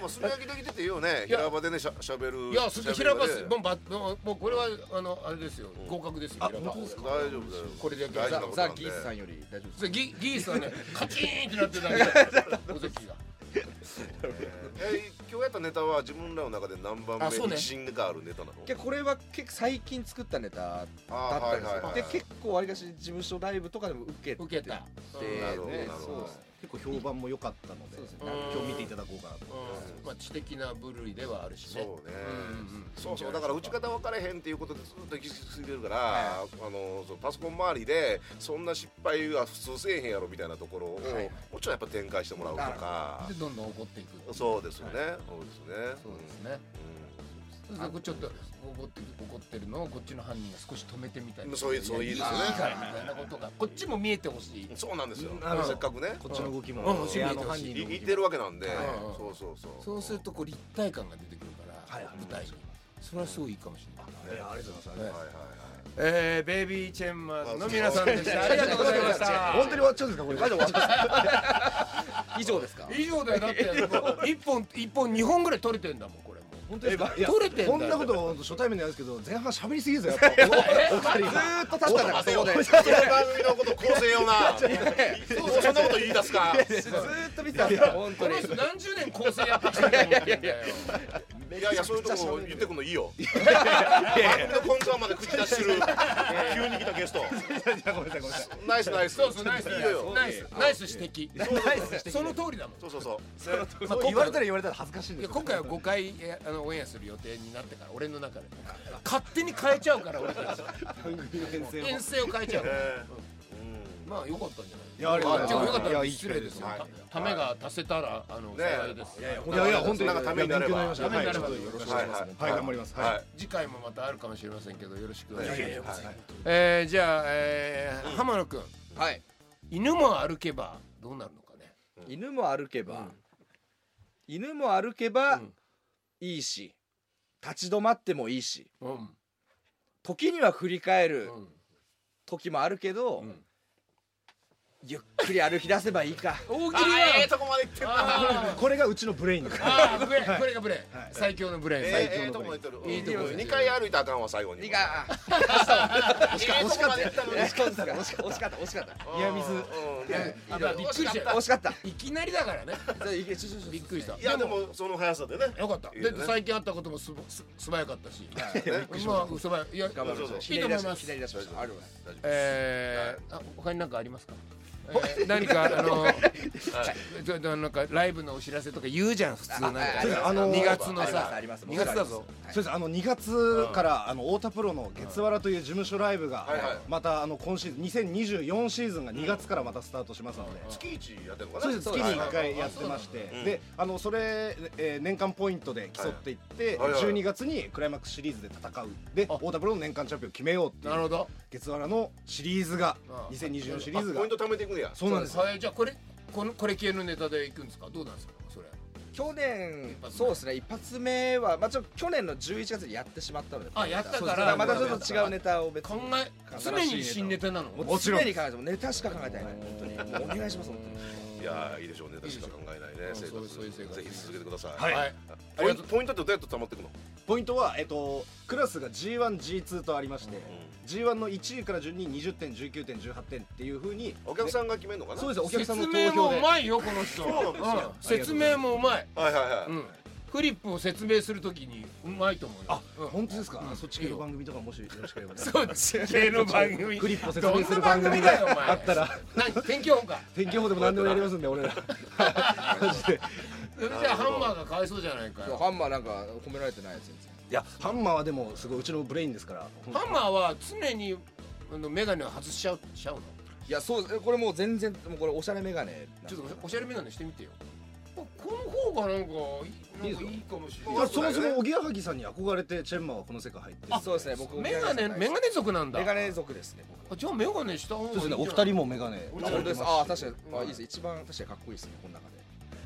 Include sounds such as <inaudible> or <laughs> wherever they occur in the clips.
もうすき焼きできてていいよね平場でねしゃしゃべるいや、それ平場す、しゃべりもうば、もう、もうこれは、あの、あれですよ、合格ですよ。平場。で大丈夫だよこれで大事なザことザなん・でギースさんより大丈夫ですそれギ、ギース <laughs> はね、カチーンってなってたんで。尾関が。え今日やったネタは自分らの中で何番目あそうにね自信があるネタなのいやこれは結構最近作ったネタだあったんですよ、で結結構わりかし事務所ライブとかでも受けて受けた。構なるほどなねるほそうどです結構評判も良かったのでそうですね今日見ていただこうかなとうんまあ、知的な部類ではあるしそうね。ねうんうんそうそうだから打ち方分かれへんっていうことでずっと行き過ぎてるからあのそうパソコン周りでそんな失敗は普通せえへんやろみたいなところをもうはいちょいやっぱ展開してもらうとかで、どんどん怒っていく。そうですよねはそうですねそうですね。そうするとちょっと怒って怒ってるのをこっちの犯人が少し止めてみたいうんな。そういうそういいですよねいいからみたいなことがこっちも見えてほしい。そうなんですよなるほどせっかくねこっちの動きもうんうん部屋の犯人のい動きいもてるわけなんでうんそうそうそうそうするとこう立体感が出てくるから、はい舞台に。それはすごいいいかもしれない。いやありがとうございますはいはいはいえー、ベイビーチェンマーズの皆さんでした。ありがとうございました。本当に終わっちゃうんですかこれ以上ですか以上だよだってもう一本一本二本ぐらい取れてんだもんこれもう本当ですかえ取れてんだよこんなこと本当初対面でやるんですけど前半喋りすぎですよやっぱおお二人ずーっと立ったからそこでずその番組のこと構成よなそんなこと言い出すかーっと見てたから本当こにの人何十年構成やってきたと思ってんだよ <laughs> いやいやそういうとこ言ってくのいいよ。番組の根幹まで口出しする。急に来たゲスト。ごめんなさいごめんなさいナイスナイス。そうそうナイスいいよよ。ナイスナイス指摘その通りだもんそうそうそう。まあ言われたら言われたら恥ずかしいんいでやすよ今回は5回えあのオンエアする予定になってから俺の中で勝手に変えちゃうから俺たち編成を変えちゃうえまあ良かったんじゃないいやありがとうあご違うざ良かったいますいやらいい失礼ですよはいためが足せたらあのね幸いですいやいや本当になんかためになれば勉強になりましたためになればはいちょっとよろしくお願いしますははいいはい頑張りますーは。はい次回もまたあるかもしれませんけどよろしくお願いしますいやいやはいえーじゃあえー浜野君はい犬も歩けばどうなるのかね犬も歩けば、犬も歩けば、うんいいし立ち止まってもいいしうん時には振り返るうん時もあるけど、うんゆっくり歩き出せばいいか大喜利あええはとこまで行ってるあーこれがうちのブレインですあーブレーンこれがブレーン最強のブレーンえ最えええ強とのこブレまで行ーってンる。いいとこ行ってる二回歩いたらあかんわ最後に。いいか惜しかった惜しかった。惜しかった惜しかった惜しかった惜しかったニアミスうんねあまあびっくりしたよ惜しかったいきなりだからねじゃあいけちょちょちょびっくりしたいやでもその速さでね。よかったいいよでね最近会ったこともすぼす素早かったしね <laughs> まあ素早いいや頑張りそまうそしょうういいと思います左出しましたありがとうございます大丈夫えーあ他に何かありますかえー何かあのちょっとなんかライブのお知らせとか言うじゃん普通なんかああああの2月のさありますあ2ります月だぞそうですあの2月からあの太田プロの月わらという事務所ライブがはいはいまたあの今シーズン2024シーズンが2月からまたスタートしますので。月一やってるのかそうな。です月に1回やってまして、うんであのそれ、えー年間ポイントで競っていって、はいはいはい12月にクライマックスシリーズで戦うであ太田プロの年間チャンピオンを決めようっていなるうほど月わらのシリーズがああ2024シリーズあがポイント貯めていくんや。そうなんですはいじゃあこれこのこれ系のネタでいくんですかどうなんですかそれ去年一発目そうですね一発目はまあちょっと去年の11月にやってしまったのであやったからそうですだまたちょっと違うネタを別考にえ常に新ネタなのもうもちろん常に考えてもネタしか考えてない本当にもうお願いします本当にいやーいいでしょうね。確か考えないね。いいで生しょううんそういうそういう活生活ぜひ続けてください。はいはいポイントポイントってどうやって貯まっていくの？ポイントは、えっと、クラスが G1G2 とありまして、G1 の1位から順に20点19点18点っていうふうにお客さんが決めるのかな。そうですお客さ説んの明投も票うでまいよこの人そうなんでうん説明もうまいはいはいはい。うんフリップを説明するときにうまいと思うよあうん本当ですか、うんそっち系の番組とかもしよろしければねそっち系の番組フリップを説明する番組どんな番組だよおが前あったら何天気予報か天気予報でも何でもやりますんで俺らそれマジでじゃあハンマーがかわいそうじゃないかそうよハンマーなんか褒められてないやつ全然いやハンマーはでもすごいうちのブレインですからハンマーは常にあの眼鏡を外しちゃうしちゃうのいやそうですこれもう全然もうこれおしゃれメガネちょっとおしゃれ眼鏡してみてよこの方がなんかいいなんかいいかもしれいないぞそもそもおぎやはぎさんに憧れてチェンマーはこの世界入ってそうですね僕眼鏡眼鏡族なんだメガネ族ですねあ僕じゃあ眼鏡した方がいいそうですねお二人もメガネあ本本当当でですすあ確かにあいいです一番確かにかっこいいですねこの中で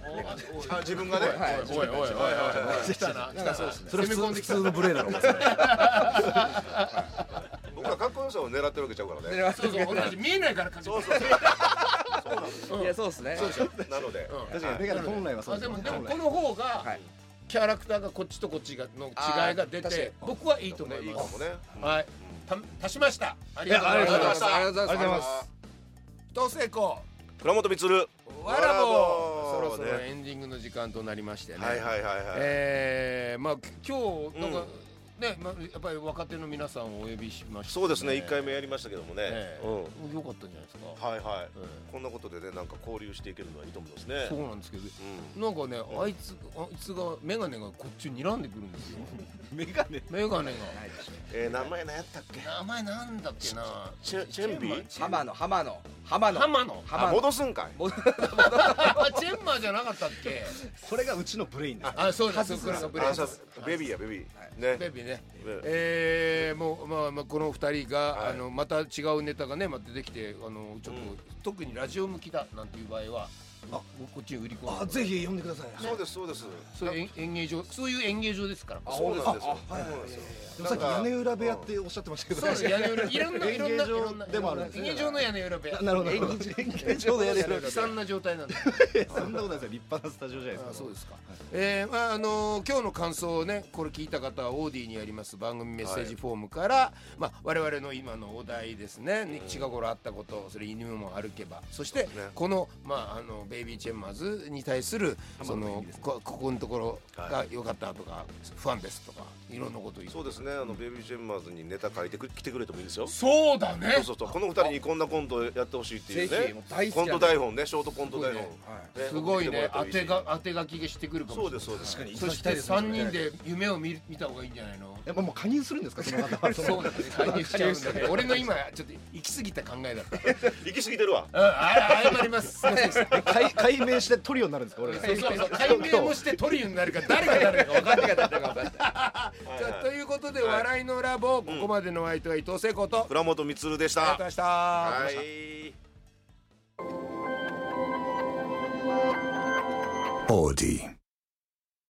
あ自分がね。はいおいおいおいおいおい来たな来たそうですそれは攻め込んで普通普きた通のブレイだろ <laughs> 僕はかっこよさを狙ってるわけちゃうからね。でそうそう俺たち見えないからかけてそうそうそう。いやそうですねなので、うん確かにメガネ本来はそうあでですもねでもこ本来の方がはいキャラクターがこっちとこっちがの違いが出あー確かにて僕はいいと思ねいいいまかすもね。はいた足しましたありがあとうりごがざというまごしざいました。たとうございますどう成功倉本光。わらぼうそわらろぼうそねろエンディングの時間となりましてねはいはいはいはい。えーまあ今日なんか、うんね、まあ、やっぱり若手の皆さんをお呼びしましたそうですね、一回目やりましたけどもね。ええうん。良かったんじゃないですか、はいはい。えこんなことでね、なんか交流していけるのはいいと思いますね。えそうなんですけどうなんかね、うんあいつあいつがメガネがこっちに睨んでくる <laughs> んですよメガネメガネないでしょん。えー、名前何やったっけ。が名前なんだっけなチェ、チェンビー。浜野浜野浜野浜野あ、浜野戻すんかい。あチェンマーじゃなかったっけこれがうちのブレインですあそうです外すなそうですあ、そうベビーや、ベビはいー。ね。ベビーねねえー、もう、まあ、まあこの二人が、はいあのまた違うネタがね、まあ、出てきてあのちょっと、うん特にラジオ向きだなんていう場合はあここっちに売り込んであぜひ呼んでくださいそうです、そうです。そういう演芸場そういう演芸場ですからそうなんですよ。あはいはいそうなんですよでもさっき屋根裏部屋っておっしゃってましたけどそうです屋根裏いろんな演芸いろんない場ろんなでもあるんです演ね芸場の屋根裏部屋 <laughs> <laughs> ななるほど演演芸場の屋根 <laughs> 裏 <laughs> 部悲屋惨な状態なんでそんなことないですよ立派なスタジオじゃないですあかそうですか、えーまああのー今日の感想をねこれ聞いた方はオーディにあります番組メッセージフォームから、まあ、我々の今のお題ですねに近頃あったことそれ犬も歩けばそしてそうですねこの,、まあ、あのベイビーチェンマーズに対するそ浜野のの演技ですねこここのところが良かったとか、ファンですとかいろんなこと言ってそうですね、あのベイビージェンマーズにネタ書いてく来てくれてもいいですよ。そうだねそうそうそう、この二人にこんなコントやってほしいっていうぜひねもう大。好きコなんンでト台本ね、ショートコント台本。ねすごい送っねてもら当ってもいいてしが当て書きがしてくるかもそうしれでないす、そうです。そして三人で夢を見る見た方がいいんじゃないのやっぱもう加入するんですかその方 <laughs> はそうだね介入しちゃうんだけど俺の今ちょっと行き過ぎた考えだった行き過ぎてるわ。うんあ謝りますすいません <laughs> そう解解明してトリオになるんですか俺らそうそう解明もしてトリオになるか誰が誰だか分かんなかったから分かんないはいはいということで「はい笑いのラボ」ここまでのお相手は伊藤聖子と倉本光でしありがたとう。ございましたはい。 Audi.